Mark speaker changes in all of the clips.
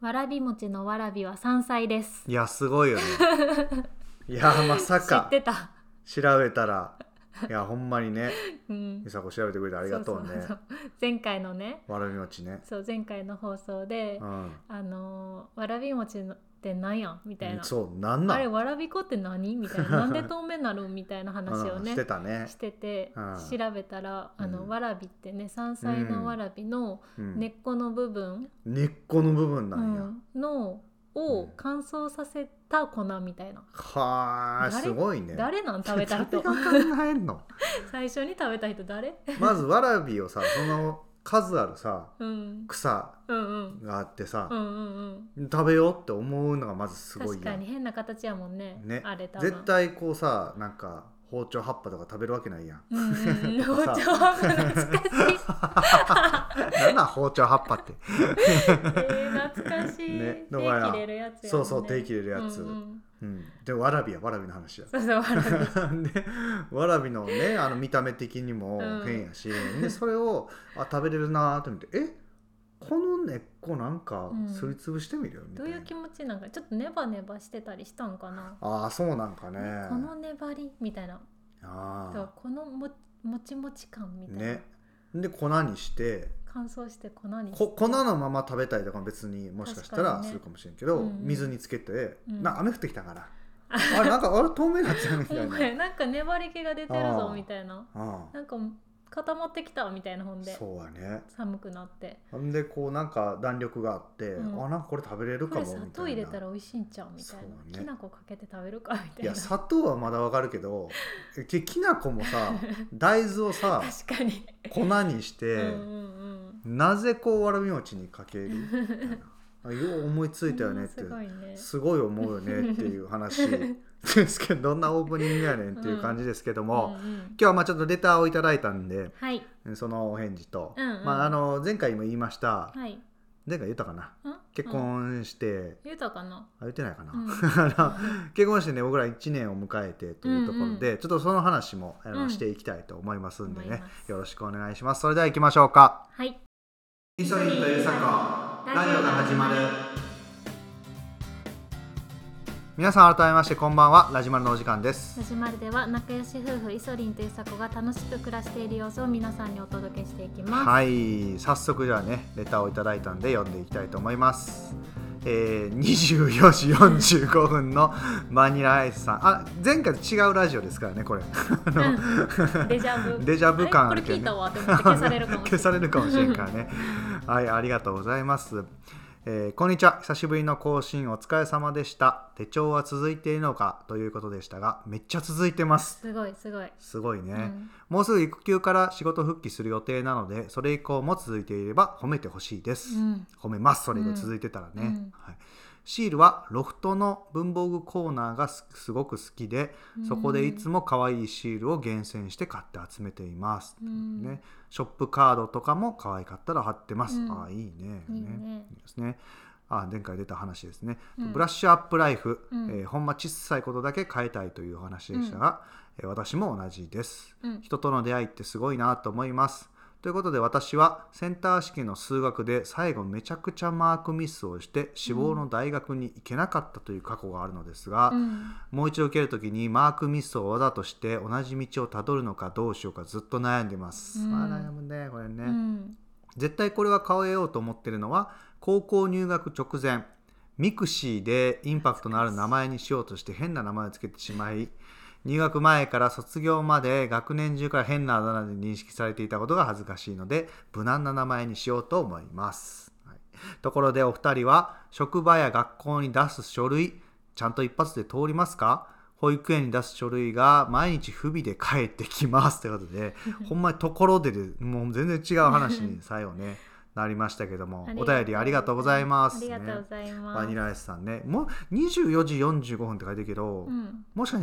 Speaker 1: わらび餅のわらびは山菜です
Speaker 2: いやすごい よねいやまさ
Speaker 1: 知っ
Speaker 2: か
Speaker 1: てた、
Speaker 2: 調べたらいやほんまにね
Speaker 1: うん
Speaker 2: 美、佐子調べてくれてありがとうね
Speaker 1: そそそう前回のね
Speaker 2: わらび餅ね
Speaker 1: そう前回の放送で、
Speaker 2: うん
Speaker 1: あのーわらび餅のってなんやみたいな、
Speaker 2: そうなんな
Speaker 1: あ
Speaker 2: ん
Speaker 1: れわらび粉って何みたいなな んで透明なるんみたいな話を
Speaker 2: うん
Speaker 1: ね、
Speaker 2: してたね
Speaker 1: してて
Speaker 2: うん
Speaker 1: 調べたら、あ
Speaker 2: う
Speaker 1: の
Speaker 2: ん
Speaker 1: わらびってね山菜のわらびの
Speaker 2: うん
Speaker 1: 根っこの部分、
Speaker 2: 根っこの部分
Speaker 1: う
Speaker 2: なんや、
Speaker 1: んの
Speaker 2: う
Speaker 1: を
Speaker 2: ん
Speaker 1: 乾燥させた粉みたいな、
Speaker 2: はあ
Speaker 1: 誰
Speaker 2: すごいね
Speaker 1: 誰なん食べ た人
Speaker 2: 誰が考え んの
Speaker 1: 最初に食べた人誰、
Speaker 2: まずわらびをさその数あるさ
Speaker 1: うん、
Speaker 2: 草
Speaker 1: うんうん
Speaker 2: があってさ
Speaker 1: うんう、んうん
Speaker 2: 食べようって思うのがまずすご
Speaker 1: 確
Speaker 2: いや
Speaker 1: か
Speaker 2: ん
Speaker 1: に変な形やもんね
Speaker 2: ね
Speaker 1: あれ多分
Speaker 2: 絶対こうさなんか包丁葉っぱとか食べるわけないやん
Speaker 1: うんうんうん、
Speaker 2: と
Speaker 1: 包
Speaker 2: かさ
Speaker 1: 丁は懐かしい、
Speaker 2: なんなん包丁葉っぱって
Speaker 1: えー、懐かしい、
Speaker 2: ね
Speaker 1: 手
Speaker 2: だから
Speaker 1: 切れるやつやもんね
Speaker 2: そうそう手切れるやつ
Speaker 1: うんうん
Speaker 2: うんでわらびやわらびの話や
Speaker 1: そうそうわらび
Speaker 2: でわらびのねあの見た目的にも
Speaker 1: うん
Speaker 2: 変やし、でそれをあ食べれるなーって見てえこの根っこなんか
Speaker 1: うん
Speaker 2: すりつぶしてみるよみ
Speaker 1: ど
Speaker 2: た
Speaker 1: う
Speaker 2: い
Speaker 1: い
Speaker 2: な、
Speaker 1: う気持ちなんかちょっとネバネバしてたりしたんかな、
Speaker 2: ああそうなんかね
Speaker 1: この粘りみたいな
Speaker 2: あ
Speaker 1: と
Speaker 2: あ
Speaker 1: このももちもち感みたいな、
Speaker 2: ねで粉にして
Speaker 1: 乾燥して粉に
Speaker 2: こ粉のまま食べたりとかも別にもしかした
Speaker 1: 確からにね
Speaker 2: するかもしれんけど、
Speaker 1: うんうん
Speaker 2: 水につけて、
Speaker 1: うん
Speaker 2: な雨降ってきた からあれなんかあれ透明になっちゃうみ
Speaker 1: お
Speaker 2: たいな
Speaker 1: 前なんか粘り気が出てる
Speaker 2: あ
Speaker 1: ぞ
Speaker 2: ー
Speaker 1: みたいな
Speaker 2: ああ
Speaker 1: なんか固まってきたみたいなほんで
Speaker 2: そうやね
Speaker 1: 寒くなって
Speaker 2: ほんでこうなんか弾力があって、
Speaker 1: うん
Speaker 2: あなんかこれ食べれる
Speaker 1: こ
Speaker 2: か
Speaker 1: れ
Speaker 2: もみたい
Speaker 1: 砂
Speaker 2: な
Speaker 1: 糖入れたら美味しいんちゃうみたい
Speaker 2: そう
Speaker 1: な、
Speaker 2: ね
Speaker 1: きな粉かけて食べるかみたい
Speaker 2: い
Speaker 1: な
Speaker 2: や砂糖はまだわかるけどえききな粉 もさ大豆をさ
Speaker 1: 確かに、
Speaker 2: 粉にして、
Speaker 1: うんうん
Speaker 2: なぜこうわらび餅にか けるみたいなあよう思いつ
Speaker 1: うん
Speaker 2: いたよねって
Speaker 1: すごいね
Speaker 2: すごい思うよねっていう 話ですけどどんなオープニングやねんっていう感じですけども、
Speaker 1: うんうん
Speaker 2: 今日はまあちょっとレターをいただいたんで
Speaker 1: はい
Speaker 2: そのお返事と、
Speaker 1: うんうん
Speaker 2: まあ、あの前回も言いました、
Speaker 1: はいん
Speaker 2: 前回言ったかな結婚して、
Speaker 1: 言うたかな
Speaker 2: あ言ってないかな、
Speaker 1: うん
Speaker 2: あの結婚してね僕ら1年を迎えてというところで、
Speaker 1: うん
Speaker 2: ちょっとその話もあの、
Speaker 1: うん
Speaker 2: していきたいと思いますんで
Speaker 1: 思い
Speaker 2: ね
Speaker 1: ます
Speaker 2: よろしくお願いしますそれでは行きましょうか
Speaker 1: はい
Speaker 2: イソリンとユサコ
Speaker 1: ラジオが始まる
Speaker 2: 皆さん改めましてこんばんはラジマルのお時間です
Speaker 1: ラジマルでは仲良し夫婦イソリンとユサコが楽しく暮らしている様子を皆さんにお届けしていきます。
Speaker 2: はい早速じゃあねレターをいただいたんで読んでいきたいと思いますえー、24時45分のバニラアイスさんあ前回と違うラジオですからねこれ
Speaker 1: うんデジャブ。
Speaker 2: デジャブ感あ
Speaker 1: あれ
Speaker 2: る
Speaker 1: こ
Speaker 2: け
Speaker 1: れ聞い
Speaker 2: どね
Speaker 1: たわって思って消されるかもしれない。
Speaker 2: 消されるかもしれんか らねはいありがとうございます、えーこんにちは久しぶりの更新お疲れ様でした手帳は続いているのかということでしたがめっちゃ続いてます
Speaker 1: すごいすごい。
Speaker 2: すごいね、
Speaker 1: うん
Speaker 2: もうすぐ育休から仕事復帰する予定なのでそれ以降も続いていれば褒めてほしいです、
Speaker 1: うん
Speaker 2: 褒めますそれが続いてたらね、
Speaker 1: うん
Speaker 2: はい、シールはロフトの文房具コーナーがすすごく好きでそこでいつも可愛いシールを厳選して買って集めています、
Speaker 1: うん
Speaker 2: ね、ショップカードとかも可愛かったら貼ってます、
Speaker 1: うん
Speaker 2: ああいいね
Speaker 1: いい
Speaker 2: ね
Speaker 1: ね。
Speaker 2: いいですねあ前回出た話ですね、
Speaker 1: うん
Speaker 2: ブラッシュアップライフ、
Speaker 1: うん
Speaker 2: えーほんま小さいことだけ変えたいというお話でしたが、えー私も同じです
Speaker 1: うん
Speaker 2: 人との出会いってすごいなと思いますということで私はセンター試験の数学で最後めちゃくちゃマークミスをして志望の大学に行けなかったという過去があるのですが、
Speaker 1: うん
Speaker 2: もう一度受けるときにマークミスをわざとして同じ道をたどるのかどうしようかずっと悩んでます、
Speaker 1: うん
Speaker 2: まあ悩むねこれね、
Speaker 1: うん
Speaker 2: 絶対これは変えようと思ってるのは高校入学直前ミクシーでインパクトのある名前にしようとして変な名前をつけてしまい入学前から卒業まで学年中から変なあだ名で認識されていたことが恥ずかしいので無難な名前にしようと思います、はいところでお二人は職場や学校に出す書類ちゃんと一発で通りますか保育園に出す書類が毎日不備で帰ってきますということ でほんまにところででもう全然違う話に最後ねなりましたけどもお便りありがとうございます、
Speaker 1: ありがとうござ
Speaker 2: ね
Speaker 1: います。
Speaker 2: バニラアイスさんねもう24時45分って書いてるけど、
Speaker 1: うん
Speaker 2: もし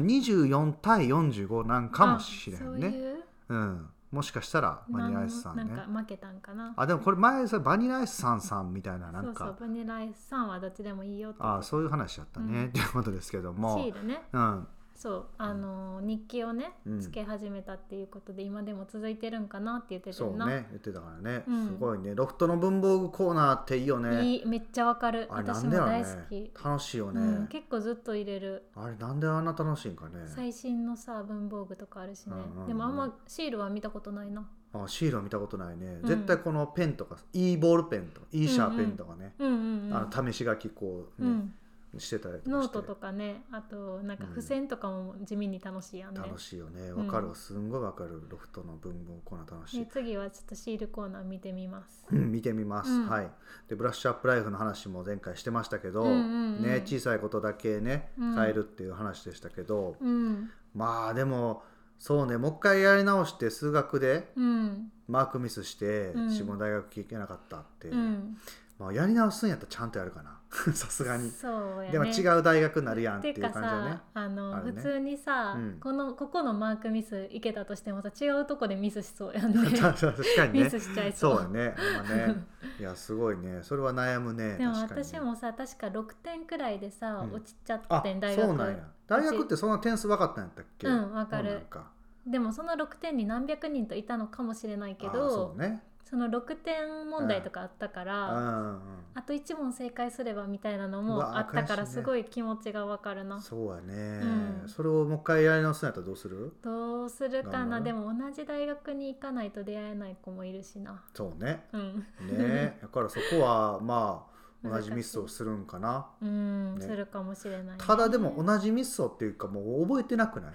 Speaker 2: かしたら24対45なんかもしれ
Speaker 1: あそ
Speaker 2: ん
Speaker 1: う
Speaker 2: ね
Speaker 1: いう
Speaker 2: うん、もしかしたらバニラアイスさんね
Speaker 1: なんか負けたんかな。
Speaker 2: あでもこれ前さバニラアイスさんさんみたいななんか
Speaker 1: そうそうバニラアイスさんはどっちでもいいよってこと。
Speaker 2: あそういう話だったね、
Speaker 1: うん
Speaker 2: っていうことですけども
Speaker 1: シールね。
Speaker 2: うん、
Speaker 1: そうあの日記をね
Speaker 2: うん
Speaker 1: つけ始めたっていうことで、今でも続いてるんかなって言ってた
Speaker 2: そ
Speaker 1: よ
Speaker 2: う
Speaker 1: な、
Speaker 2: ね言ってたからね、
Speaker 1: うん
Speaker 2: すごいねロフトの文房具コーナーっていいよね
Speaker 1: いいめっちゃわかる
Speaker 2: あれな
Speaker 1: 私
Speaker 2: ん
Speaker 1: も
Speaker 2: でやろ
Speaker 1: 大
Speaker 2: ね
Speaker 1: 好き、
Speaker 2: 楽しいよね、
Speaker 1: うん、結構ずっと入れる
Speaker 2: あれなんであんな楽しいんかね
Speaker 1: 最新のさ文房具とかあるしね、
Speaker 2: うんうんうん
Speaker 1: でもあんまシールは見たことないな
Speaker 2: あシールは見たことないね、
Speaker 1: うん
Speaker 2: 絶対このペンとか E ボールペンとか E シャーペンとかね、
Speaker 1: うんうんうん
Speaker 2: あの試し書きこう、
Speaker 1: う
Speaker 2: ね
Speaker 1: ん、
Speaker 2: してたりとかして
Speaker 1: ノートとかねあとなんか付箋とかも地味に楽しいやんね,、
Speaker 2: 楽しいよね
Speaker 1: う
Speaker 2: わ
Speaker 1: ん
Speaker 2: かるわすんごいわかるロフトの文房具コーナー楽しい、
Speaker 1: ね次はちょっとシールコーナー見てみ ます
Speaker 2: うん見てみます、
Speaker 1: うん
Speaker 2: はいでブラッシュアップライフの話も前回してましたけど、
Speaker 1: うんうんうん
Speaker 2: ね、小さいことだけね
Speaker 1: うん
Speaker 2: 変えるっていう話でしたけど、
Speaker 1: うん
Speaker 2: まあでもそうねもう一回やり直して数学で
Speaker 1: うん
Speaker 2: マークミスして
Speaker 1: うん
Speaker 2: 自分の大学行けなかったって、
Speaker 1: うん
Speaker 2: まあ、やり直すんやったらちゃんとやるかな さすがに、
Speaker 1: そうやね
Speaker 2: でも違
Speaker 1: う
Speaker 2: う大学になるやんっていう
Speaker 1: てか
Speaker 2: 感じだね
Speaker 1: さあの
Speaker 2: ある
Speaker 1: 普
Speaker 2: ね
Speaker 1: 通にさ、
Speaker 2: うん
Speaker 1: このここのマークミスいけたとしてもさ違うとこでミスしそうやん ね
Speaker 2: 確か に
Speaker 1: ミ
Speaker 2: ね
Speaker 1: スしちゃいそう
Speaker 2: そうやねあんまねいやすごいねそれは悩むね
Speaker 1: でも
Speaker 2: 確かに
Speaker 1: 私もさ確か6点くらいでさ、
Speaker 2: うん
Speaker 1: 落ちちゃ
Speaker 2: あ
Speaker 1: ってん大
Speaker 2: そう
Speaker 1: 学
Speaker 2: なんや大学ってそんな点数分かったんやったっけ
Speaker 1: うん分かる
Speaker 2: そうなんか
Speaker 1: でもその6点に何百人といたのかもしれないけ
Speaker 2: あー
Speaker 1: ど
Speaker 2: そ
Speaker 1: そ,、
Speaker 2: うね
Speaker 1: の6点問題とかあったか
Speaker 2: う
Speaker 1: ら、
Speaker 2: ん
Speaker 1: あと1問正解すればみたいなの
Speaker 2: う
Speaker 1: も
Speaker 2: わ
Speaker 1: あったから
Speaker 2: 悔しい
Speaker 1: す
Speaker 2: ね
Speaker 1: ごい気持ちがわかる
Speaker 2: う
Speaker 1: な、
Speaker 2: んそうや
Speaker 1: う
Speaker 2: ね、
Speaker 1: ん
Speaker 2: それをもう一回やり直すんやったらどうする
Speaker 1: どうするか
Speaker 2: 頑張
Speaker 1: な
Speaker 2: る
Speaker 1: でも同じ大学に行かないと出会えない子もいるしな
Speaker 2: そ うね
Speaker 1: うん、
Speaker 2: ねだからそこはまあ 同
Speaker 1: 難しい
Speaker 2: じミスをするんかな
Speaker 1: うん
Speaker 2: ね
Speaker 1: するかもしれないね、
Speaker 2: ただで も同じミスをっていうかもう覚えてなくない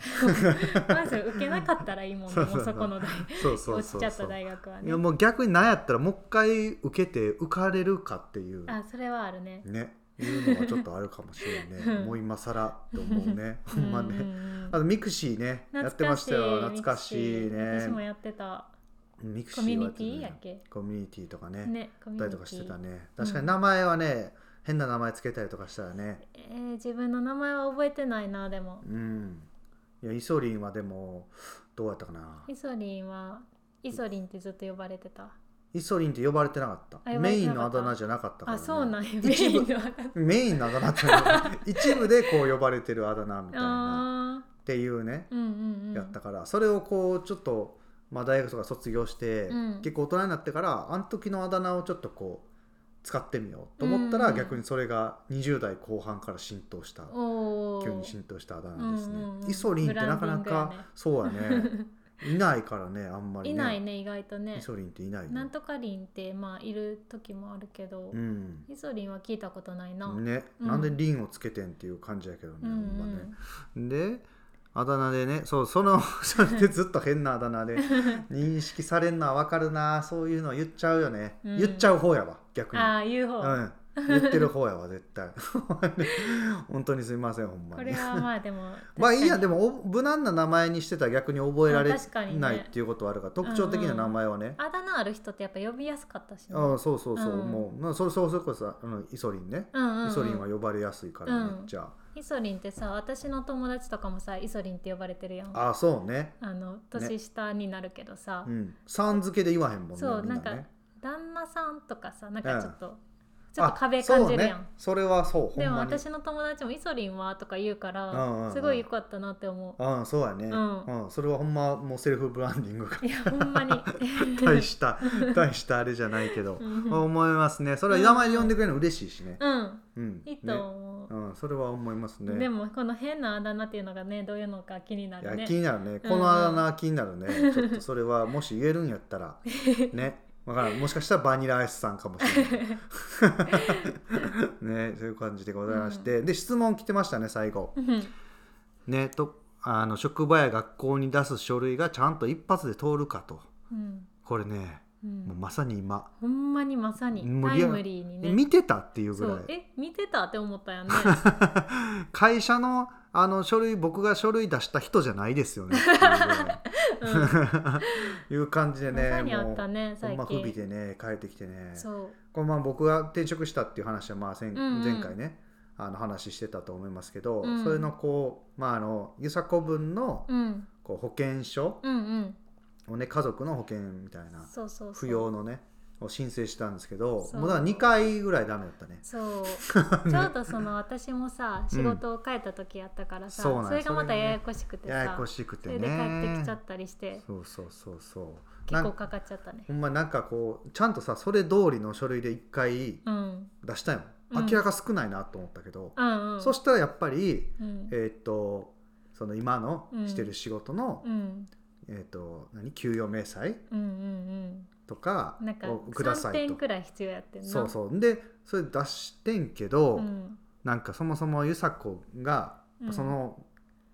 Speaker 1: まず受けなかったらいいもん ねもうそこの大
Speaker 2: そうそう
Speaker 1: 落
Speaker 2: そ
Speaker 1: ち
Speaker 2: う
Speaker 1: ちゃ
Speaker 2: そ
Speaker 1: った
Speaker 2: う
Speaker 1: 大学はね
Speaker 2: いやもう逆に何やったらもう一回受けて受かれるかっていう
Speaker 1: あそれはあるね
Speaker 2: ねいうのがちょっとあるかもしれないね
Speaker 1: うん
Speaker 2: もう今更って思うねほん ま
Speaker 1: うんう
Speaker 2: ね
Speaker 1: んうん
Speaker 2: あとミクシーねやってましたよ懐かしい
Speaker 1: 私も
Speaker 2: ね
Speaker 1: やってた
Speaker 2: ミクシ
Speaker 1: コミ
Speaker 2: ー
Speaker 1: ュ
Speaker 2: は
Speaker 1: ニティやっ
Speaker 2: ね
Speaker 1: け
Speaker 2: コミュニティとかね
Speaker 1: ねコミ
Speaker 2: や
Speaker 1: ュ
Speaker 2: っ
Speaker 1: ニテ
Speaker 2: たりと
Speaker 1: ィ
Speaker 2: かしてたね
Speaker 1: うん
Speaker 2: 確かに名前はね変な名前つけたりとかしたらね
Speaker 1: えー自分の名前は覚えてないなでも
Speaker 2: うんいやイソリンはでもどうやったかな
Speaker 1: イソリンはイソリンってずっと呼ばれてた
Speaker 2: イソリンって呼ばれてなかっ
Speaker 1: あ呼
Speaker 2: た
Speaker 1: ば
Speaker 2: メ
Speaker 1: れて
Speaker 2: イ
Speaker 1: な
Speaker 2: ン
Speaker 1: か
Speaker 2: の
Speaker 1: っ
Speaker 2: あ
Speaker 1: た
Speaker 2: だ名じゃなかったから、
Speaker 1: あ
Speaker 2: ね、
Speaker 1: そうなんやメ
Speaker 2: 一
Speaker 1: イ
Speaker 2: 部
Speaker 1: ンの
Speaker 2: メインのあだ名っていうの は一部でこう呼ばれてるあだ名みたいな
Speaker 1: あ
Speaker 2: っていうね
Speaker 1: ーうんうんうん
Speaker 2: やったからそれをこうちょっと、まあ、大学とか卒業して、
Speaker 1: うん
Speaker 2: 結構大人になってからあの時のあだ名をちょっとこう使ってみようと思ったら、
Speaker 1: うん
Speaker 2: 逆にそれが20代後半から浸透した
Speaker 1: おー
Speaker 2: 急に浸透したあだ名ですね、
Speaker 1: うんうんうん
Speaker 2: イソリンってなかな
Speaker 1: ブランディン
Speaker 2: か、
Speaker 1: グやね
Speaker 2: そうやねいないからねあんまり
Speaker 1: いないね意外とね
Speaker 2: イソリンっていないよ
Speaker 1: なんとかリンってまあいる時もあるけど、
Speaker 2: うん
Speaker 1: イソリンは聞いたことないな、
Speaker 2: ね、
Speaker 1: うん
Speaker 2: なんでリンをつけてんっていう感じやけどね,、
Speaker 1: うんう
Speaker 2: ほんま
Speaker 1: ん
Speaker 2: ねであだ名でねそうその それでずっと変なあだ 名で認識されんのはわかるなそういうの言っちゃうよね、
Speaker 1: うん
Speaker 2: 言っちゃう方やわ逆に、
Speaker 1: ああ UFO、
Speaker 2: うん、言ってる方やわ絶対 本当にすいませんほんま
Speaker 1: こ
Speaker 2: に
Speaker 1: れはまあでも
Speaker 2: まあいいやで
Speaker 1: も
Speaker 2: もお無難な名前にしてたら逆に覚えられ
Speaker 1: あ確かにね
Speaker 2: ないっていうことはあるから、特徴的な名前はね、
Speaker 1: あだ名ある人ってやっぱ呼びやすかったしね
Speaker 2: ああそうそうそう、
Speaker 1: うん
Speaker 2: もうまあそれそうそれこそあのイソリンね、
Speaker 1: うんうんうん
Speaker 2: イソリンは呼ばれやすいから
Speaker 1: う
Speaker 2: め
Speaker 1: ん
Speaker 2: っちゃ、
Speaker 1: イソリンってさ私の友達とかもさイソリンって呼ばれてるやんあ
Speaker 2: ああそうね
Speaker 1: の年下になるけどさ、
Speaker 2: うんさん付けで言わへんもんね
Speaker 1: そう
Speaker 2: み
Speaker 1: なん
Speaker 2: ね
Speaker 1: か旦那さんとかさなんかちょっと、ちょ
Speaker 2: あ
Speaker 1: っと壁感じるやん、
Speaker 2: そうね、それはそうほん
Speaker 1: でも
Speaker 2: まに
Speaker 1: 私の友達も「イソリンは?」とか言うから、
Speaker 2: うんうんうん
Speaker 1: すごい良かったなって思
Speaker 2: うんそうやね、
Speaker 1: う
Speaker 2: うん
Speaker 1: ん
Speaker 2: それはほんまもうセルフブランディングが
Speaker 1: ういやほんまに
Speaker 2: 大した大したあれじゃないけど、
Speaker 1: うん
Speaker 2: 思いますねそれは名前で呼んでくれるの嬉しいしね、
Speaker 1: うん
Speaker 2: うん
Speaker 1: いいと思う、
Speaker 2: ねうん、それは思いますね
Speaker 1: でもこの変なあだ名っていうのがねどういうのか気にないる
Speaker 2: や
Speaker 1: ね
Speaker 2: 気になるねこのあだ名は気になるね、ちょっとそれはもし言えるんやったらねわからんもしかしたらバニラアイスさんかもしれない ねそういう感じでございまして、で質問来てましたね最後
Speaker 1: うん
Speaker 2: ねとあの職場や学校に出す書類がちゃんと一発で通るかと
Speaker 1: うん
Speaker 2: これね
Speaker 1: うん
Speaker 2: もうまさに今、
Speaker 1: ほんまにまさに
Speaker 2: もう
Speaker 1: タ
Speaker 2: リ
Speaker 1: イ
Speaker 2: アル
Speaker 1: ムリーにね
Speaker 2: 見てたっていうぐ
Speaker 1: そ
Speaker 2: ら
Speaker 1: う
Speaker 2: い
Speaker 1: え見てたって思ったよね
Speaker 2: 会社のあの書類僕が書類出した人じゃないですよねっていうぐら いいう感じで
Speaker 1: まさ
Speaker 2: ね
Speaker 1: にあ
Speaker 2: も
Speaker 1: った
Speaker 2: う
Speaker 1: ね
Speaker 2: ほん
Speaker 1: 最
Speaker 2: ま不備
Speaker 1: 近
Speaker 2: でね帰ってきてね
Speaker 1: そう
Speaker 2: これまあ僕が転職したっていう話はまあ前,、
Speaker 1: んうん
Speaker 2: 前回ねあの話してたと思いますけど、
Speaker 1: うん
Speaker 2: それのこうまああのゆさこ分の
Speaker 1: うん
Speaker 2: こう保険証
Speaker 1: うんうん
Speaker 2: をね家族の保険みたいな
Speaker 1: そうそうそう
Speaker 2: 扶養のねを申請したんですけど
Speaker 1: そう
Speaker 2: もうだから2回ぐらいダメだったね
Speaker 1: そう ちょうどその私もさ仕事を変えた時やったからさ、
Speaker 2: そうなん
Speaker 1: そ
Speaker 2: よ
Speaker 1: れがまた
Speaker 2: それがね
Speaker 1: ややこしくてさ
Speaker 2: ややこしくて
Speaker 1: そ
Speaker 2: ね
Speaker 1: れで帰ってきちゃったりして
Speaker 2: そうそうそうそう
Speaker 1: 結
Speaker 2: な
Speaker 1: 構
Speaker 2: ん
Speaker 1: かかっちゃったね
Speaker 2: ほんまなんかこうちゃんとさそれ通りの書類で1回
Speaker 1: うん
Speaker 2: 出したよ、
Speaker 1: うん
Speaker 2: 明らか少ないなと思ったけど、
Speaker 1: うんうん
Speaker 2: そしたらやっぱり
Speaker 1: うん
Speaker 2: えーっとその今の
Speaker 1: うん
Speaker 2: してる仕事の、
Speaker 1: うん
Speaker 2: えーっと何給与明細
Speaker 1: うんうん
Speaker 2: とか
Speaker 1: うんなんか
Speaker 2: をくだ
Speaker 1: 3
Speaker 2: さい
Speaker 1: 点
Speaker 2: と
Speaker 1: くらい必要やってんな
Speaker 2: そうそうでそれ出してんけど、
Speaker 1: うん
Speaker 2: なんかそもそもゆさこが、
Speaker 1: うん
Speaker 2: その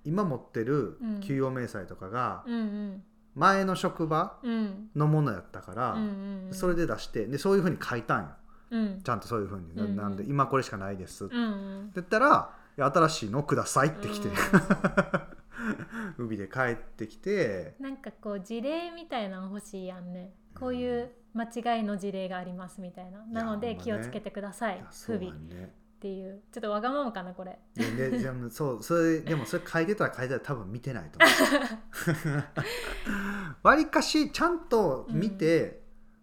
Speaker 2: 今持ってる
Speaker 1: うん
Speaker 2: 給与明細とかが
Speaker 1: うんうん
Speaker 2: 前の職場
Speaker 1: うん
Speaker 2: のものやったから、
Speaker 1: うんうんうん
Speaker 2: それで出してでそういうふうに書いたんよ
Speaker 1: うん
Speaker 2: ちゃんとそういうふうに、な
Speaker 1: うん
Speaker 2: なんで今これしかないです、って
Speaker 1: うんうん
Speaker 2: 言ったら「いや新しいのください」ってきて、
Speaker 1: うん
Speaker 2: 海で帰ってきて
Speaker 1: なんかこう事例みたいなの欲しいやんねこういう間違いの事例がありますみたいななの
Speaker 2: い
Speaker 1: で
Speaker 2: やほんまね
Speaker 1: 気をつけてください
Speaker 2: いやそ
Speaker 1: 不
Speaker 2: う
Speaker 1: 備
Speaker 2: な
Speaker 1: っ
Speaker 2: んね
Speaker 1: ていうちょっとわがままかなこれ
Speaker 2: でででもそうそれでもそれ書いてたら書いてたら多分見てないと思 うわりかしちゃんと見て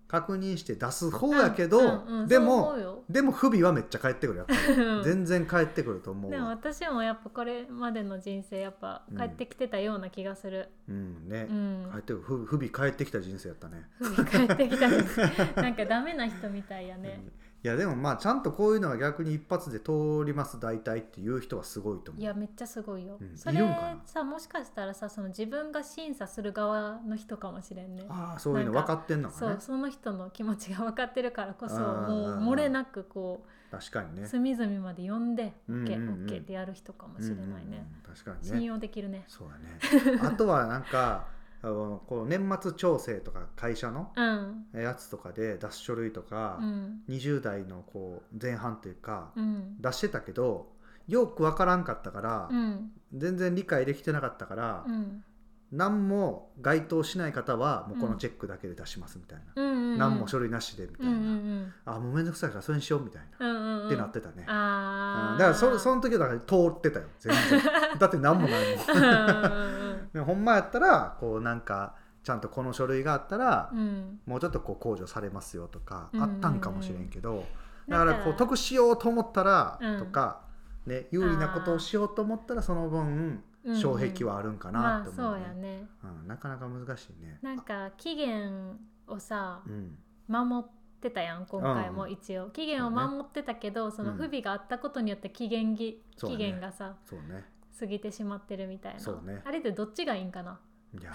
Speaker 2: 確認して出す方やけど、
Speaker 1: うんうんうん
Speaker 2: で
Speaker 1: そう思
Speaker 2: も
Speaker 1: うよ
Speaker 2: でも不備はめっちゃ返ってくるやっぱり全然返ってくると思 う
Speaker 1: でも
Speaker 2: わ
Speaker 1: 私もやっぱこれまでの人生やっぱ帰ってきてたような気がする。
Speaker 2: うんね、
Speaker 1: うん
Speaker 2: 返ってくる不不備返ってきた人生やったね
Speaker 1: ふみ帰って きたしなんかダメな人みたいやね。
Speaker 2: いやでもまあちゃんとこういうのは逆に一発で通ります大体っていう人はすごいと思う
Speaker 1: いやめっちゃすごいよ。
Speaker 2: うん
Speaker 1: そ
Speaker 2: い
Speaker 1: れ
Speaker 2: るんかな
Speaker 1: さもしかしたらさその自分が審査する側の人かもしれんね。
Speaker 2: ああそういうの
Speaker 1: な
Speaker 2: 分
Speaker 1: んか
Speaker 2: かってんのか
Speaker 1: そ
Speaker 2: ね
Speaker 1: うその人の気持ちが分かってるからこそ
Speaker 2: あー
Speaker 1: もう漏れなくこ
Speaker 2: 確かに
Speaker 1: う
Speaker 2: ね
Speaker 1: 隅々まで読んで
Speaker 2: うんうんうん
Speaker 1: OKOK ってやる人かもしれない
Speaker 2: うんうんう
Speaker 1: ね
Speaker 2: ん、確かにね
Speaker 1: 信用できるね
Speaker 2: そうだねあとはなんかあのこう年末調整とか会社の
Speaker 1: うん
Speaker 2: やつとかで出す書類とか
Speaker 1: う、ん
Speaker 2: 20代のこう前半というか、
Speaker 1: うん
Speaker 2: 出してたけどよくわからんかったから、
Speaker 1: うん
Speaker 2: 全然理解できてなかったから、
Speaker 1: うん
Speaker 2: 何も該当しない方はもうこのチェックだけで出しますみたい
Speaker 1: う
Speaker 2: な、
Speaker 1: んうん
Speaker 2: 何も書類なしでみたいな、
Speaker 1: うんうんうん
Speaker 2: あもうめんどくさいからそれにしようみたいな、
Speaker 1: うんうんうん
Speaker 2: ってなってたね、
Speaker 1: あ
Speaker 2: う
Speaker 1: ー
Speaker 2: んだからそその時はだから通ってたよ全然 だって何もないもん
Speaker 1: うんうん
Speaker 2: でもほんまやったらこうなんかちゃんとこの書類があったら、
Speaker 1: うんうん
Speaker 2: もうちょっとこう控除されますよとか
Speaker 1: うん
Speaker 2: あったんかもしれんけど、
Speaker 1: な
Speaker 2: だ
Speaker 1: んか
Speaker 2: からこう得しようと思ったら
Speaker 1: うん
Speaker 2: とか、ね、有利なことをしようと思ったらその分
Speaker 1: うん うん
Speaker 2: 障壁はあるんかな
Speaker 1: ま
Speaker 2: っ
Speaker 1: あ
Speaker 2: て思,、
Speaker 1: そううやね
Speaker 2: うん、なかなか難しいね。
Speaker 1: なんか期限をさ
Speaker 2: うん
Speaker 1: 守ってたやん今回
Speaker 2: う
Speaker 1: も
Speaker 2: ん
Speaker 1: 一応期限を
Speaker 2: そうね
Speaker 1: 守ってたけどその
Speaker 2: うん
Speaker 1: 不備があったことによって期限ぎ
Speaker 2: そう
Speaker 1: 期
Speaker 2: ね
Speaker 1: 限がさ
Speaker 2: そうね
Speaker 1: 過ぎてしまってるみたいな
Speaker 2: そうね
Speaker 1: あれってどっちがいいんかない
Speaker 2: や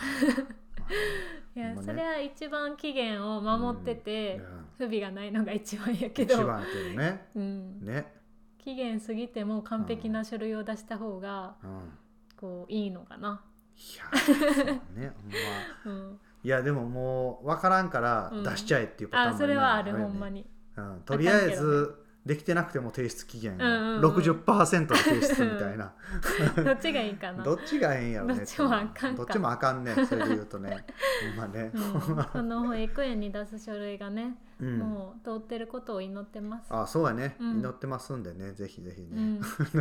Speaker 1: いや
Speaker 2: ほん
Speaker 1: そ
Speaker 2: まね
Speaker 1: れは一番期限を守ってて
Speaker 2: うん
Speaker 1: 不備がないのが一番やけ
Speaker 2: 一
Speaker 1: ど
Speaker 2: 番やけどね
Speaker 1: うん
Speaker 2: ね、
Speaker 1: 期限過ぎても完璧な書類を出した方が
Speaker 2: うん、い
Speaker 1: こういいのかな
Speaker 2: やそうねほんま
Speaker 1: うん
Speaker 2: いやでももう分からんから出しちゃえっていうパター
Speaker 1: あ
Speaker 2: ンも
Speaker 1: それはあ
Speaker 2: 今
Speaker 1: るほんまに
Speaker 2: うんとりあえずできてなくても提出期限を
Speaker 1: うんうんうん
Speaker 2: 60%で提出みた いな
Speaker 1: どっちがいいかな
Speaker 2: どっちがええんやろね
Speaker 1: どっちもあかんか
Speaker 2: どっちもあかんねそれで言うと ねほんまね
Speaker 1: う、 ん、その保育園に出す書類がね、
Speaker 2: うん
Speaker 1: もう通ってることを祈ってます。
Speaker 2: あそうやね、
Speaker 1: うん
Speaker 2: 祈ってますんでねぜひぜひね、
Speaker 1: うん、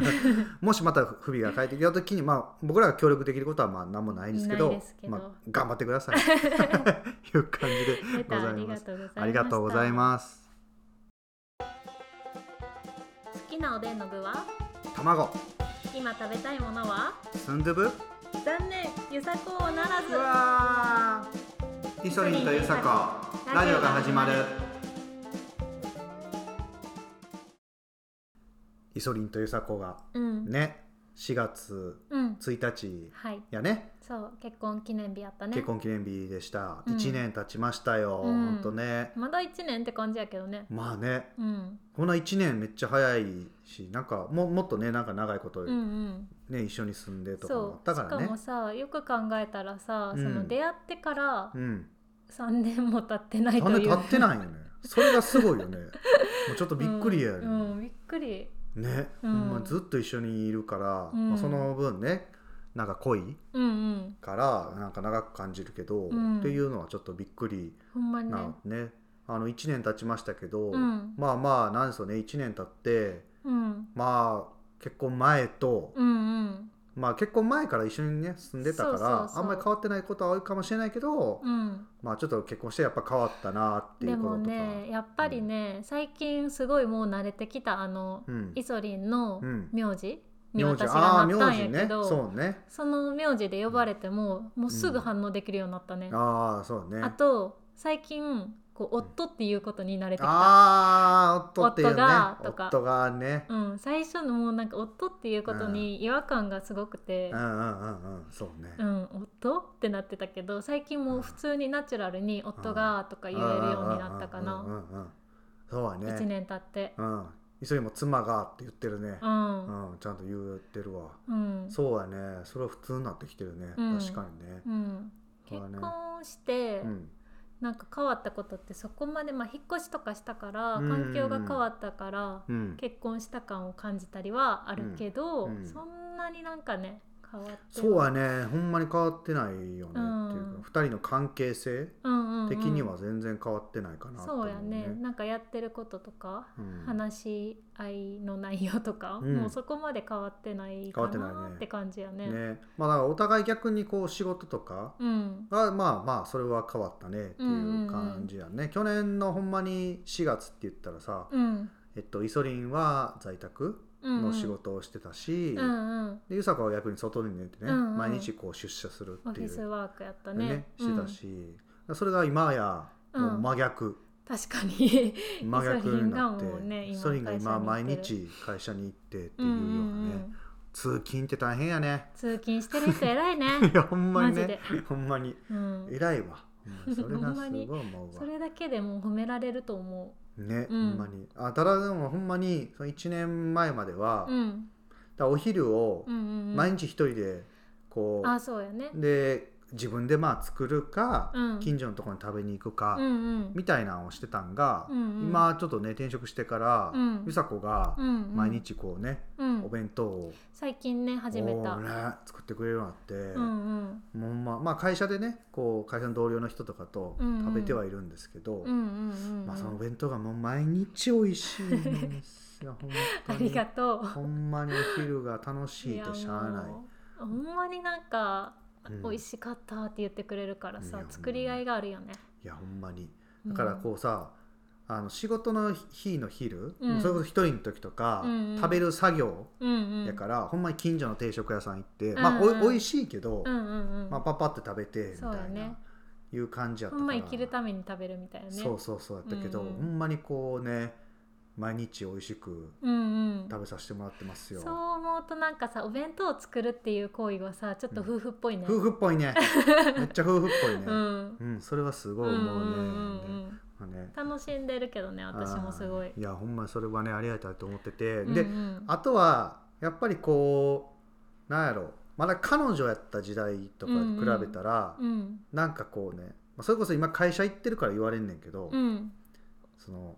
Speaker 2: もしまた不備が返ってきた時に、まあ、僕らが協力できることはまあ何もないですけど
Speaker 1: ないですけど
Speaker 2: まあ、頑張ってく ださいいう感じで
Speaker 1: レタ
Speaker 2: ござ
Speaker 1: ーあ
Speaker 2: い
Speaker 1: り
Speaker 2: ま
Speaker 1: が
Speaker 2: す
Speaker 1: とうございました。
Speaker 2: ありがとうございます
Speaker 1: す。好きなおでんの具は？
Speaker 2: 卵
Speaker 1: 今食べたいものは？
Speaker 2: スンドゥブ
Speaker 1: 残念、ゆさこうならず
Speaker 2: う。わーイソリンとユサコラジオが始まるイソリンとユサコが
Speaker 1: うん、
Speaker 2: ね4月
Speaker 1: うん、
Speaker 2: 1日
Speaker 1: はい、
Speaker 2: やね
Speaker 1: そう結婚記念日やったね
Speaker 2: 結。婚記念日でした、
Speaker 1: うん
Speaker 2: 1年経ちましたよ、
Speaker 1: うん
Speaker 2: ほんとね
Speaker 1: まだ一年って感じやけどね。
Speaker 2: まあね
Speaker 1: うん、
Speaker 2: この1年めっちゃ早いしなんかももっとねなんか長いこと、
Speaker 1: うん、
Speaker 2: ね
Speaker 1: うん。
Speaker 2: 一緒に住んでとかもあ
Speaker 1: そ
Speaker 2: っ
Speaker 1: う、
Speaker 2: た
Speaker 1: し
Speaker 2: か
Speaker 1: から
Speaker 2: ね
Speaker 1: もさ、よく考えたらさ、
Speaker 2: うん
Speaker 1: その出会ってから
Speaker 2: うん
Speaker 1: 三年も経ってないと
Speaker 2: 種
Speaker 1: いう。
Speaker 2: 立ってないよねそれがすごいよねもうちょっとびっくりやよね、
Speaker 1: うん、うん、びっくり。
Speaker 2: ね、
Speaker 1: うん
Speaker 2: ほんまずっと一緒にいるから、
Speaker 1: うん
Speaker 2: まあ、その分ねなんか濃い
Speaker 1: うんうん、
Speaker 2: からなんか長く感じるけど、
Speaker 1: うん
Speaker 2: っていうのはちょっとびっくり
Speaker 1: ほんまにね。
Speaker 2: なねあの1年経ちましたけど、
Speaker 1: うん
Speaker 2: まあまあなんですよね1年経って
Speaker 1: うん、
Speaker 2: まあ結婚前と
Speaker 1: うんうん
Speaker 2: まあ結婚前から一緒にね住んでたか
Speaker 1: そ
Speaker 2: ら
Speaker 1: うそうそう
Speaker 2: あんまり変わってないことは多いかもしれないけど、
Speaker 1: うん、
Speaker 2: まあちょっと結婚してやっぱ変わったなってい
Speaker 1: で
Speaker 2: うこ
Speaker 1: も
Speaker 2: ととか、
Speaker 1: ねやっぱりね、最近すごいもう慣れてきたあの、
Speaker 2: うん
Speaker 1: イソリンの
Speaker 2: うん
Speaker 1: 名字に
Speaker 2: 名字
Speaker 1: 私
Speaker 2: ああ
Speaker 1: がな
Speaker 2: 名
Speaker 1: ったん
Speaker 2: 字
Speaker 1: や
Speaker 2: ね
Speaker 1: けど、
Speaker 2: そうね
Speaker 1: その名字で呼ばれてももうすぐ反応できるようになったね、
Speaker 2: ああそうね
Speaker 1: あと最近こう夫っていうことに慣れてきた、
Speaker 2: ああ夫っていうね
Speaker 1: 夫がとか
Speaker 2: 夫がね、
Speaker 1: うん、最初のもうなんか夫っていうことに違和感がすごくて
Speaker 2: うん、うんうんうんそうね、
Speaker 1: うん、夫ってなってたけど最近もう普通にナチュラルに夫がとか言えるようになったか
Speaker 2: うんうん
Speaker 1: な
Speaker 2: うんうんそうはね
Speaker 1: 1年経って
Speaker 2: うん急いも妻がって言ってるね
Speaker 1: う、ん
Speaker 2: う
Speaker 1: うん
Speaker 2: んちゃんと言ってるわ、
Speaker 1: うん、
Speaker 2: そうやねそれは普通になってきてるね、
Speaker 1: うん
Speaker 2: 確かにねそう
Speaker 1: 結
Speaker 2: だね
Speaker 1: 婚して
Speaker 2: うん
Speaker 1: なんか変わったことってそこまでまあ引っ越しとかしたから
Speaker 2: うん
Speaker 1: 環境が変わったから
Speaker 2: うん
Speaker 1: 結婚した感を感じたりはあるけど
Speaker 2: うんうん
Speaker 1: そんなになんかね変わって
Speaker 2: そう
Speaker 1: は
Speaker 2: はねほんまに変わってないよねっていう
Speaker 1: う
Speaker 2: か
Speaker 1: ん
Speaker 2: 二人の関係性
Speaker 1: うんうんうん
Speaker 2: 的には全然変わってないかなと
Speaker 1: そ
Speaker 2: 思
Speaker 1: う
Speaker 2: う
Speaker 1: やねなんかやってることとか
Speaker 2: うん
Speaker 1: 話し合いの内容とか、
Speaker 2: うん
Speaker 1: もうそこまで変わってないか
Speaker 2: 変わってな
Speaker 1: ない
Speaker 2: ね
Speaker 1: って感じやね。
Speaker 2: ねまあだからお互い逆にこう仕事とか
Speaker 1: うん、
Speaker 2: がまあまあそれは変わったねっていう感じやね、去年のほんまに4月って言ったらさ、
Speaker 1: うん、
Speaker 2: えっと、イソリンは在宅
Speaker 1: うん、
Speaker 2: の仕事をしてたし、
Speaker 1: うん、うん、
Speaker 2: でユサカは逆に外に出てね、
Speaker 1: うんうん
Speaker 2: 毎日こう出社する
Speaker 1: オ
Speaker 2: って
Speaker 1: フ
Speaker 2: い
Speaker 1: ィ
Speaker 2: う
Speaker 1: スワークやった
Speaker 2: ね
Speaker 1: ね。
Speaker 2: してたし、それが今や
Speaker 1: うん
Speaker 2: もう真逆、
Speaker 1: うん、確かに、
Speaker 2: 真逆になって
Speaker 1: イソリンがもうね今
Speaker 2: イソリンが今毎
Speaker 1: 会社に行ってる
Speaker 2: 日会社に行ってって
Speaker 1: う
Speaker 2: い
Speaker 1: ん
Speaker 2: う
Speaker 1: う
Speaker 2: よ
Speaker 1: ん
Speaker 2: うなね、
Speaker 1: うん、
Speaker 2: 通勤って大変やね
Speaker 1: 通勤してる人偉いね。
Speaker 2: いやほんまに
Speaker 1: マジ
Speaker 2: ね
Speaker 1: で
Speaker 2: ほんまに
Speaker 1: うん、
Speaker 2: 偉いわほんまにそれが
Speaker 1: ほん
Speaker 2: す
Speaker 1: まに
Speaker 2: ごい思 う
Speaker 1: そ
Speaker 2: わ
Speaker 1: れだけでもう褒められると思
Speaker 2: ね、
Speaker 1: うん
Speaker 2: ほんまにあただでもほんまにその1年前までは、
Speaker 1: う。うん、
Speaker 2: だからお昼を
Speaker 1: うん、うん、うん。
Speaker 2: 毎日一人でこう、
Speaker 1: あ、そうやね。
Speaker 2: で自分でまあ作るか、
Speaker 1: うん
Speaker 2: 近所のところに食べに行くか、
Speaker 1: うん、うん、
Speaker 2: みたいなのをしてたんが、
Speaker 1: うんうん
Speaker 2: 今ちょっとね転職してから、
Speaker 1: うん
Speaker 2: ゆさこが
Speaker 1: うんうん
Speaker 2: 毎日こうね、
Speaker 1: うん
Speaker 2: お、弁当を
Speaker 1: 最近ね始めた。
Speaker 2: おーね作ってくれるようになって、
Speaker 1: うん、
Speaker 2: もうまあまあ会社でねこう会社の同僚の人とかと
Speaker 1: うんうん
Speaker 2: 食べてはいるんですけど、
Speaker 1: うん、うん、うん、うん。
Speaker 2: まあ、そのお弁当がもう毎日美味しいんですよ本 当
Speaker 1: あ
Speaker 2: に
Speaker 1: りがとう。
Speaker 2: ほんまにお昼が楽しいとしゃあない
Speaker 1: やもうほんまになんか、
Speaker 2: うん
Speaker 1: 美味しかったって言ってくれるから
Speaker 2: いや
Speaker 1: さ
Speaker 2: ほんま
Speaker 1: 作りがいがあるよね
Speaker 2: いやほんまにだからこうさ、あの仕事の日の昼、
Speaker 1: うん
Speaker 2: それこそ一人の時とか、
Speaker 1: うんうん
Speaker 2: 食べる作業
Speaker 1: うん、うんうん、
Speaker 2: やから、ほんまに近所の定食屋さん行って、
Speaker 1: ん
Speaker 2: ま
Speaker 1: うん
Speaker 2: あおい美味しいけど、
Speaker 1: うんうんうん、
Speaker 2: まあ、パパって食べてみた
Speaker 1: そうや
Speaker 2: いな、
Speaker 1: ね
Speaker 2: いう感じやった
Speaker 1: ほ
Speaker 2: か
Speaker 1: んま
Speaker 2: ら
Speaker 1: 生きるために食べるみたいなね
Speaker 2: そうそうそうやったけど、
Speaker 1: うんうん
Speaker 2: ほんまにこうね毎日美味しく
Speaker 1: うんうん
Speaker 2: 食べさせてもらってますよ、
Speaker 1: そう思うとなんかさお弁当を作るっていう行為はさちょっと夫婦っぽいね
Speaker 2: 夫婦っぽ いねめっちゃ夫婦っぽいね、
Speaker 1: う
Speaker 2: うん
Speaker 1: ん
Speaker 2: それはす
Speaker 1: う
Speaker 2: ご
Speaker 1: ん
Speaker 2: いう思うね,ね、
Speaker 1: んうん
Speaker 2: ね
Speaker 1: 楽しんでるけどね私もすごい
Speaker 2: あーいやほんまにそれはねありがたいと思ってて、
Speaker 1: うんうん
Speaker 2: であとはやっぱりこうなんやろまだ彼女やった時代とかに比べたら、
Speaker 1: うん
Speaker 2: なんかこうねまあそれこそ今会社行ってるから言われんねんけど、
Speaker 1: うん
Speaker 2: その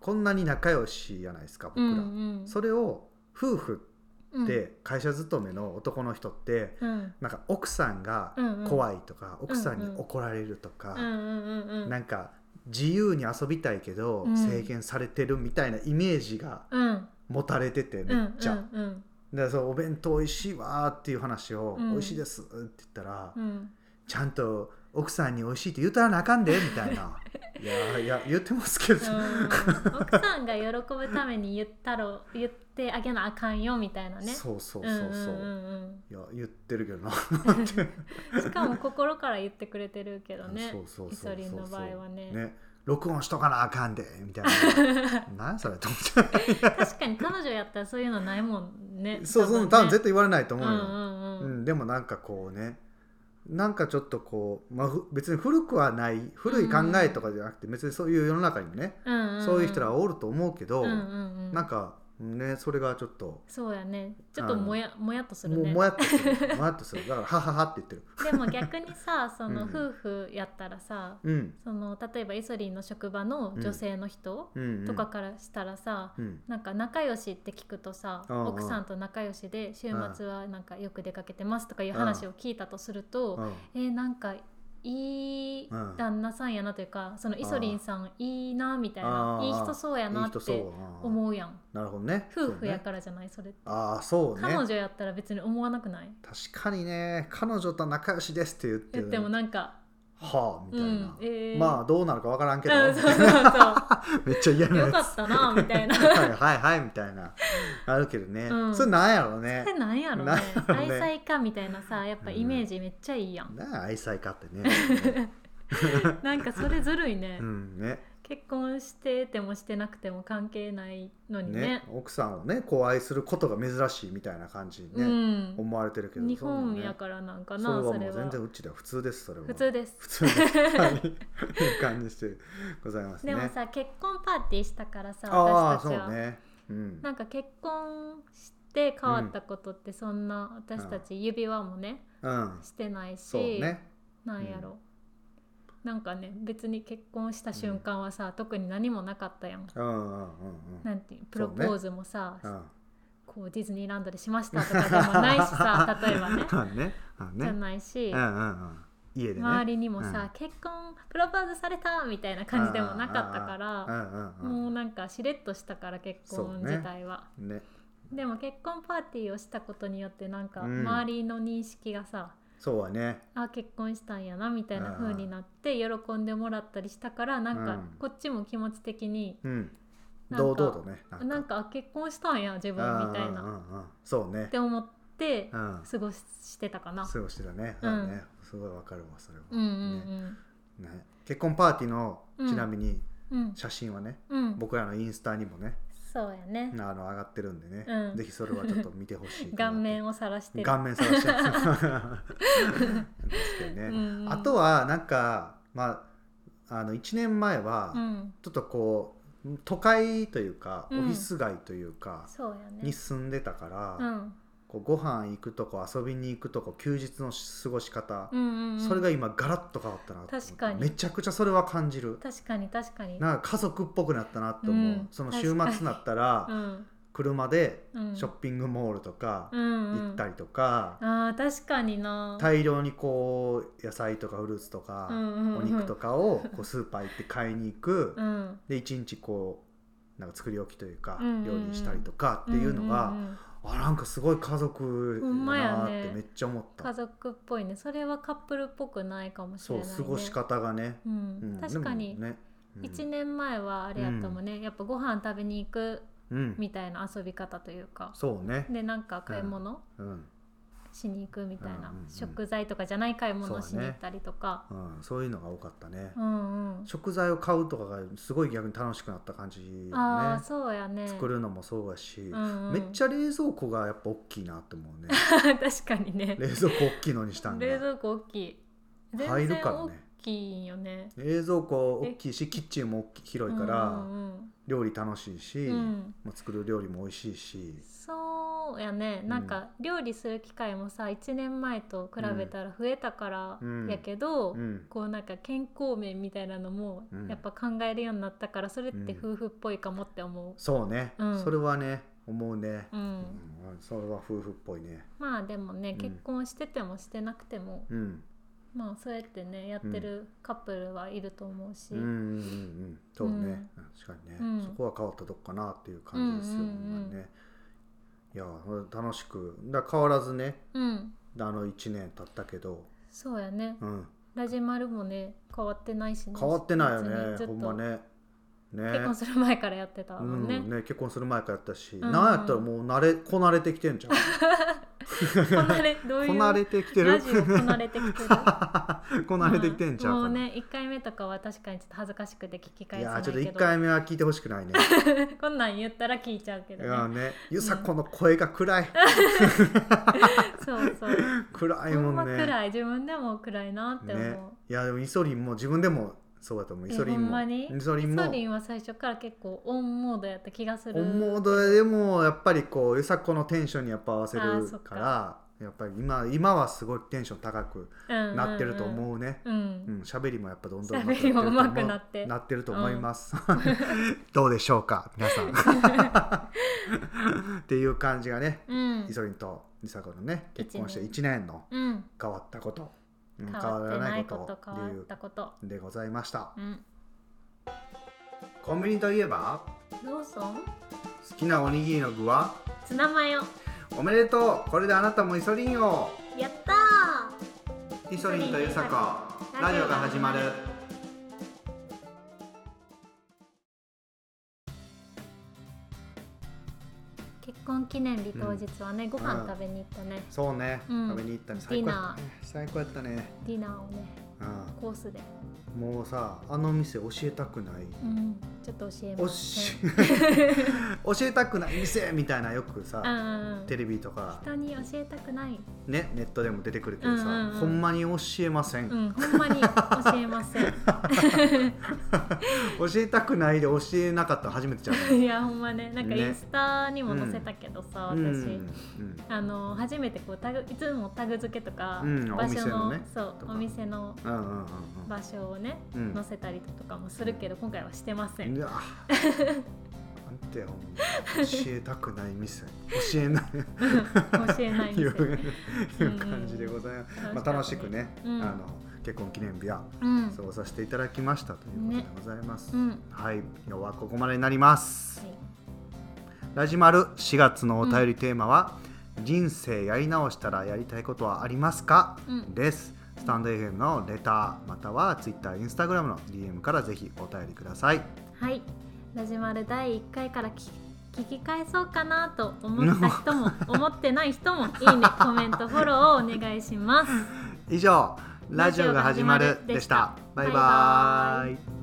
Speaker 2: こんなに仲良しじゃないですか僕ら、
Speaker 1: うんうん
Speaker 2: それを夫婦
Speaker 1: うん
Speaker 2: って会社勤めの男の人って、
Speaker 1: うん
Speaker 2: なんか奥さんが怖いとか、
Speaker 1: ん
Speaker 2: 奥さんに怒られるとか、
Speaker 1: うんうんうんうん
Speaker 2: なんか自由に遊びたいけど
Speaker 1: うん
Speaker 2: 制限されてるみたいなイメージが
Speaker 1: うん
Speaker 2: 持たれててめっ
Speaker 1: うん
Speaker 2: ちゃ、
Speaker 1: うんうん
Speaker 2: でそうお弁当美味しいわーっていう話を「
Speaker 1: うん
Speaker 2: 美味しいです」って言ったら、
Speaker 1: うん
Speaker 2: ちゃんと奥さんに「美味しい」って言うたらなあかんでみたい ないやいや言ってますけど、
Speaker 1: うん奥さんが喜ぶために言ったろ言ってあげなあかんよみたいなね
Speaker 2: そうそうそうそう,、
Speaker 1: んうん
Speaker 2: いや言ってるけどな、
Speaker 1: うん、しかも心から言ってくれてるけどね
Speaker 2: そうそう
Speaker 1: イ
Speaker 2: そ
Speaker 1: ソ
Speaker 2: うそう
Speaker 1: リンの場合はね
Speaker 2: 録音しとかなあかんでみたい な何それと思って
Speaker 1: 確かに彼女やったらそういうのないもんね
Speaker 2: そうそう
Speaker 1: ね
Speaker 2: 多分絶対言われないと思うよ、
Speaker 1: うんうんうん
Speaker 2: うん、でもなんかこうねなんかちょっとこう、まあ、ふ別に古くはない古い考えとかじゃなくて、別にそういう世の中にもね、
Speaker 1: うんんん
Speaker 2: そういう人らはおると思うけど、
Speaker 1: うんうんうん
Speaker 2: なんかねそれがちょっと
Speaker 1: そうやねちょっともやもやっとする
Speaker 2: もう
Speaker 1: ね
Speaker 2: もやっとす るもやっとするだから「ははは」って言ってる
Speaker 1: でも逆に さその
Speaker 2: うん
Speaker 1: 夫婦やったらさ、
Speaker 2: うん
Speaker 1: その例えばイソリンの職場の女性の人
Speaker 2: うんうん
Speaker 1: とかからしたらさ、
Speaker 2: うん
Speaker 1: なんか仲良しって聞くとさ
Speaker 2: うんうん
Speaker 1: 奥さんと仲良しで週末はなんかよく出かけてますとかいう話を聞いたとすると、
Speaker 2: うん
Speaker 1: えーなんかいい
Speaker 2: うん
Speaker 1: 旦那さんやなというか、そのイソリンさんいいなみたい
Speaker 2: あ
Speaker 1: な
Speaker 2: ー
Speaker 1: いい人そうや
Speaker 2: い
Speaker 1: ないって
Speaker 2: 人そううん
Speaker 1: 思うやん
Speaker 2: なるほどね
Speaker 1: 夫婦や
Speaker 2: ら
Speaker 1: からじゃないそれって、
Speaker 2: ああそうね
Speaker 1: 彼女やったら別に思わなくない
Speaker 2: 確かにね彼女と仲良しですって言って
Speaker 1: 言っても
Speaker 2: は
Speaker 1: なんか
Speaker 2: あみたいな、
Speaker 1: うんえー
Speaker 2: まあどうなるかわからんけど、
Speaker 1: うんそうそう そ
Speaker 2: めっちゃ嫌
Speaker 1: う
Speaker 2: な
Speaker 1: よ
Speaker 2: や
Speaker 1: か
Speaker 2: つ
Speaker 1: ったなみたいな
Speaker 2: はいはいはいみたいなあるけどね、
Speaker 1: うん
Speaker 2: それなんやろうね
Speaker 1: それ なんやろね
Speaker 2: なんやろね
Speaker 1: 愛妻家みたいなさやっぱイメージめっちゃいいやん、
Speaker 2: なんや愛妻家って ね
Speaker 1: なんかそれずるいね、
Speaker 2: うんね
Speaker 1: 結婚しててもしてなくても関係ないのにね
Speaker 2: ね奥さんをねこう愛することが珍しいみたいな感じに
Speaker 1: う
Speaker 2: ね、
Speaker 1: ん
Speaker 2: 思われてるけど
Speaker 1: 日本や
Speaker 2: ら
Speaker 1: からなんか
Speaker 2: そ,、ね
Speaker 1: な、そ
Speaker 2: それ
Speaker 1: れ
Speaker 2: はもう全
Speaker 1: は
Speaker 2: 然うちでは普通ですそれは
Speaker 1: 普通です
Speaker 2: 普通ですはい いう感じしてございますね
Speaker 1: でもさ結婚パーティーしたからさ
Speaker 2: ああ
Speaker 1: 私た
Speaker 2: そ
Speaker 1: ちは、
Speaker 2: うねうん
Speaker 1: なんか結婚して変わったことってそんな私たち指輪もね、
Speaker 2: うん
Speaker 1: してないし、
Speaker 2: そうね
Speaker 1: なんやろ、なんかね別に結婚した瞬間はさ、特に何もなかったやん
Speaker 2: うんうんうんうん
Speaker 1: なんていうプロポーズもさ、
Speaker 2: うん
Speaker 1: こうディズニーランドでしましたとかでもないしさ例えばね
Speaker 2: あ ねあ
Speaker 1: じゃ
Speaker 2: ね
Speaker 1: ないし、
Speaker 2: うんうんうん家でね
Speaker 1: 周りにも
Speaker 2: うん
Speaker 1: さ、結婚プロポーズされたみたいな感じでもなかったから、
Speaker 2: うんうんうん
Speaker 1: もうなんかしれっとしたから結婚自体は、
Speaker 2: ね
Speaker 1: でも結婚パーティーをしたことによってなんか
Speaker 2: うん
Speaker 1: 周りの認識がさ、
Speaker 2: そうはね
Speaker 1: あ結婚したんやなみたいな風になって喜んでもらったりしたからなん
Speaker 2: う
Speaker 1: か
Speaker 2: ん
Speaker 1: こっちも気持ち的に
Speaker 2: うん
Speaker 1: なんか
Speaker 2: 堂々とねな
Speaker 1: なんかあ結婚したんや自分みたい
Speaker 2: うんう
Speaker 1: なっ
Speaker 2: んうんうんそうね
Speaker 1: て思って
Speaker 2: うん
Speaker 1: 過ごしてたかな。
Speaker 2: そうしてたね
Speaker 1: うん
Speaker 2: あねすごいわかるわそれは
Speaker 1: うんうん
Speaker 2: ねね結婚パーティーの
Speaker 1: うん
Speaker 2: ちなみに
Speaker 1: うんうん
Speaker 2: 写真はね
Speaker 1: うん、
Speaker 2: 僕らのインスタにもね
Speaker 1: そうやね
Speaker 2: あの上がってるんでね
Speaker 1: うん
Speaker 2: ぜひそれはちょっと見てほしいか な
Speaker 1: 顔面を晒してる
Speaker 2: 顔面探して るなんですけど
Speaker 1: う
Speaker 2: ね、
Speaker 1: んうん
Speaker 2: あとはなんかまああの1年前は
Speaker 1: うん、
Speaker 2: ちょっとこう都会というか、
Speaker 1: うん
Speaker 2: オフィス街というか
Speaker 1: そうやね
Speaker 2: に住んでたから、
Speaker 1: うん
Speaker 2: こうご飯行くとこ遊びに行くとこ休日の過ごし方、
Speaker 1: うんうんうん、
Speaker 2: それが今ガラッと変わったなと思って
Speaker 1: 確かに
Speaker 2: めちゃくちゃそれは感じる
Speaker 1: 確かに確かに
Speaker 2: なんか家族っぽくなったなって思う、
Speaker 1: うん
Speaker 2: その週末になったら、
Speaker 1: うん
Speaker 2: 車で
Speaker 1: うん、
Speaker 2: ショッピングモールとか行った
Speaker 1: り、
Speaker 2: りとか、
Speaker 1: うんうん、あー確かにな
Speaker 2: 大量にこう野菜とかフルーツとか、お
Speaker 1: お
Speaker 2: 肉と
Speaker 1: か、
Speaker 2: かをこうスーパー行って買いに行く、
Speaker 1: うん、
Speaker 2: で一日こうなんか作り置きというか、
Speaker 1: うんうんうん
Speaker 2: 料理にしたりとかっていうのが、
Speaker 1: んんうん
Speaker 2: あなんかすごい家族だ
Speaker 1: ほんまや
Speaker 2: な
Speaker 1: ね
Speaker 2: ーってめっちゃ思った、
Speaker 1: 家族っぽいねそれはカップルっぽくないかもしれ
Speaker 2: そう
Speaker 1: ない、ね、
Speaker 2: 過ごし、方がね、
Speaker 1: う
Speaker 2: うんん、
Speaker 1: 確かに、
Speaker 2: でもね、うん
Speaker 1: 1年前はあれやったもんね、やっぱご飯食べに行く
Speaker 2: うん
Speaker 1: みたいな遊び方というか、
Speaker 2: そうね、
Speaker 1: でなんか買い物
Speaker 2: うん
Speaker 1: しに行くみたいな、
Speaker 2: うんうんうん
Speaker 1: 食材とかじゃない買い物しに
Speaker 2: そうだね
Speaker 1: 行ったりとか
Speaker 2: うん、そういうのが多かったね、
Speaker 1: うんうん、
Speaker 2: 食材を買うとかがすごい逆に楽しくなった感じね
Speaker 1: ああそうやね
Speaker 2: 作るのもそうだし、
Speaker 1: うんうん
Speaker 2: めっちゃ冷蔵庫がやっぱ大きいなって思 うね
Speaker 1: 確かにね
Speaker 2: 冷蔵庫大きいのにしたんだ
Speaker 1: 冷蔵庫大きい
Speaker 2: 入
Speaker 1: 全
Speaker 2: る
Speaker 1: 然
Speaker 2: から
Speaker 1: 大
Speaker 2: ね
Speaker 1: きいんよね
Speaker 2: 冷蔵庫大きいしキッチンも大きい広いから、
Speaker 1: うんうん
Speaker 2: 料理楽しいし、
Speaker 1: うんうん
Speaker 2: まあ、作る料理も美味しいし
Speaker 1: そうやねなんか料理する機会もさ1年前と比べたら増えたから
Speaker 2: うん
Speaker 1: やけど、
Speaker 2: うん
Speaker 1: こうなんか健康面みたいなのも
Speaker 2: うん
Speaker 1: やっぱ考えるようになったからそれって夫婦っぽいかもって思う、
Speaker 2: そうね、
Speaker 1: うん
Speaker 2: それはね思うね、
Speaker 1: うん
Speaker 2: うんそれは夫婦っぽいね
Speaker 1: まあでもね
Speaker 2: ん
Speaker 1: 結婚しててもしてなくても、
Speaker 2: うん
Speaker 1: まあそうやってねやってるカップルはいると思うし、
Speaker 2: うんうんうんうんそうね、
Speaker 1: うん
Speaker 2: うん確かにね、
Speaker 1: うん
Speaker 2: そこは変わったとこかなっていう感じですよ、
Speaker 1: うんうんうん
Speaker 2: ほんまにねいや楽しくだから変わらずね
Speaker 1: うん
Speaker 2: あの1年経ったけど、
Speaker 1: そうやね
Speaker 2: うん、
Speaker 1: ラジマルもね変わってないしね
Speaker 2: 変わってないよ
Speaker 1: 別にずっと
Speaker 2: ねほんまねね
Speaker 1: 結婚する前からやってた
Speaker 2: う
Speaker 1: もんね,、
Speaker 2: んね結婚する前からやったし、
Speaker 1: んうん
Speaker 2: なんやったらもう慣れこなれてきてんじゃん
Speaker 1: こなれどういう
Speaker 2: こなれてきてる
Speaker 1: ラジオこなれてきてる
Speaker 2: こなれてきてんじゃん、
Speaker 1: もうね1回目とかは確かにちょっと恥ずかしくて聞き
Speaker 2: い
Speaker 1: 返せ
Speaker 2: や
Speaker 1: な
Speaker 2: ー
Speaker 1: い
Speaker 2: ち
Speaker 1: け
Speaker 2: ょっと
Speaker 1: ど
Speaker 2: 1回目は聞いてほしく ないね
Speaker 1: こんなん言ったら聞いちゃうけ
Speaker 2: いや
Speaker 1: ど
Speaker 2: ー
Speaker 1: ね
Speaker 2: ねゆさこの声が暗い
Speaker 1: そうそう
Speaker 2: 暗い
Speaker 1: ほ
Speaker 2: も
Speaker 1: んま
Speaker 2: んね
Speaker 1: 暗い自分でも暗いなって思う、
Speaker 2: ねいやでもイソリンも自分でもそうだと思うイ
Speaker 1: え
Speaker 2: ソリ
Speaker 1: ほ
Speaker 2: ン
Speaker 1: ん
Speaker 2: も
Speaker 1: まに
Speaker 2: イソリンも
Speaker 1: イソリンは最初から結構オンモードやった気がする
Speaker 2: オンモードでもやっぱりこうゆさこのテンションにやっぱ合わせ
Speaker 1: あ
Speaker 2: る
Speaker 1: ーそっ
Speaker 2: か
Speaker 1: から
Speaker 2: やっぱり今今はすごいテンション高くなってると
Speaker 1: う
Speaker 2: 思うね
Speaker 1: んうんうん、う
Speaker 2: うんん喋、りもやっぱどんどん
Speaker 1: 喋りも上手くなって
Speaker 2: なってると思います、 どうでしょうか皆さん っていう感じがね
Speaker 1: うん
Speaker 2: イソリンとリサ子のね結婚して
Speaker 1: 一年
Speaker 2: 1年の
Speaker 1: うん
Speaker 2: 変わったことうん
Speaker 1: 変
Speaker 2: 変
Speaker 1: わっ
Speaker 2: わら
Speaker 1: てな
Speaker 2: ないい
Speaker 1: こ
Speaker 2: ことと
Speaker 1: 変わったこと
Speaker 2: 理由でございました
Speaker 1: うん
Speaker 2: コンビニといえば
Speaker 1: ローソン
Speaker 2: 好きなおにぎりの具は
Speaker 1: ツナマヨ
Speaker 2: おめでとうこれであなたもイソリンを
Speaker 1: やったー
Speaker 2: イソリンとユサコラジオが始まる
Speaker 1: 結婚記念日当日はね、ご飯食べに行ったね
Speaker 2: そうね、
Speaker 1: うん
Speaker 2: 食べに行ったね最高やったね最高やったね、
Speaker 1: ディナーをねコースで
Speaker 2: うん、もうさあの店教えたくない
Speaker 1: うんちょっと教え
Speaker 2: 教
Speaker 1: ますね
Speaker 2: え教えたくない店みたいなよくさ、
Speaker 1: うんうんうん
Speaker 2: テレビとか、
Speaker 1: 人に教えたくない
Speaker 2: ね、ネットでも出てくるけどさ、
Speaker 1: うんうんうん
Speaker 2: ほんまに教えません、
Speaker 1: うんほんまに教えません
Speaker 2: 教えたくないで教えなかったら初めてじゃない、
Speaker 1: いやほんまねなんかイ
Speaker 2: ね
Speaker 1: ンスタにも載せたけどさ、
Speaker 2: うんう
Speaker 1: 私、
Speaker 2: ん
Speaker 1: あの初めてこうタグいつもタグ付けとか、
Speaker 2: うん
Speaker 1: 場所の
Speaker 2: お店のね
Speaker 1: そう
Speaker 2: とか
Speaker 1: お店の
Speaker 2: うんうんうん
Speaker 1: 場所をね、
Speaker 2: うん
Speaker 1: 載せたりとかもするけど今回はしてませ
Speaker 2: うん
Speaker 1: ん、
Speaker 2: いやなんてほんま教えたくない店教えない
Speaker 1: 教えないん
Speaker 2: い
Speaker 1: で
Speaker 2: う
Speaker 1: すよね、
Speaker 2: いう感じでございます、
Speaker 1: うん
Speaker 2: まあ、楽しくね、
Speaker 1: うん
Speaker 2: あの結婚記念日は
Speaker 1: うん
Speaker 2: 過ごさせていただきましたということで
Speaker 1: ね
Speaker 2: ございます、
Speaker 1: うん
Speaker 2: はい今日はここまでになります、
Speaker 1: はい
Speaker 2: ラジマル4月のお便りテーマは、人生やり直したらやりたいことはありますか、
Speaker 1: うん
Speaker 2: ですスタンド FM のレターまたは Twitter、Instagram の DM からぜひお便りください
Speaker 1: はい、ラジマル第1回から聞聞き返そうかなと思った人も思ってない人もいいねコメントフォローをお願いします。
Speaker 2: 以上ラジオが始まるでした
Speaker 1: ラジオが始まるでしたバイバ
Speaker 2: バイバイ
Speaker 1: ー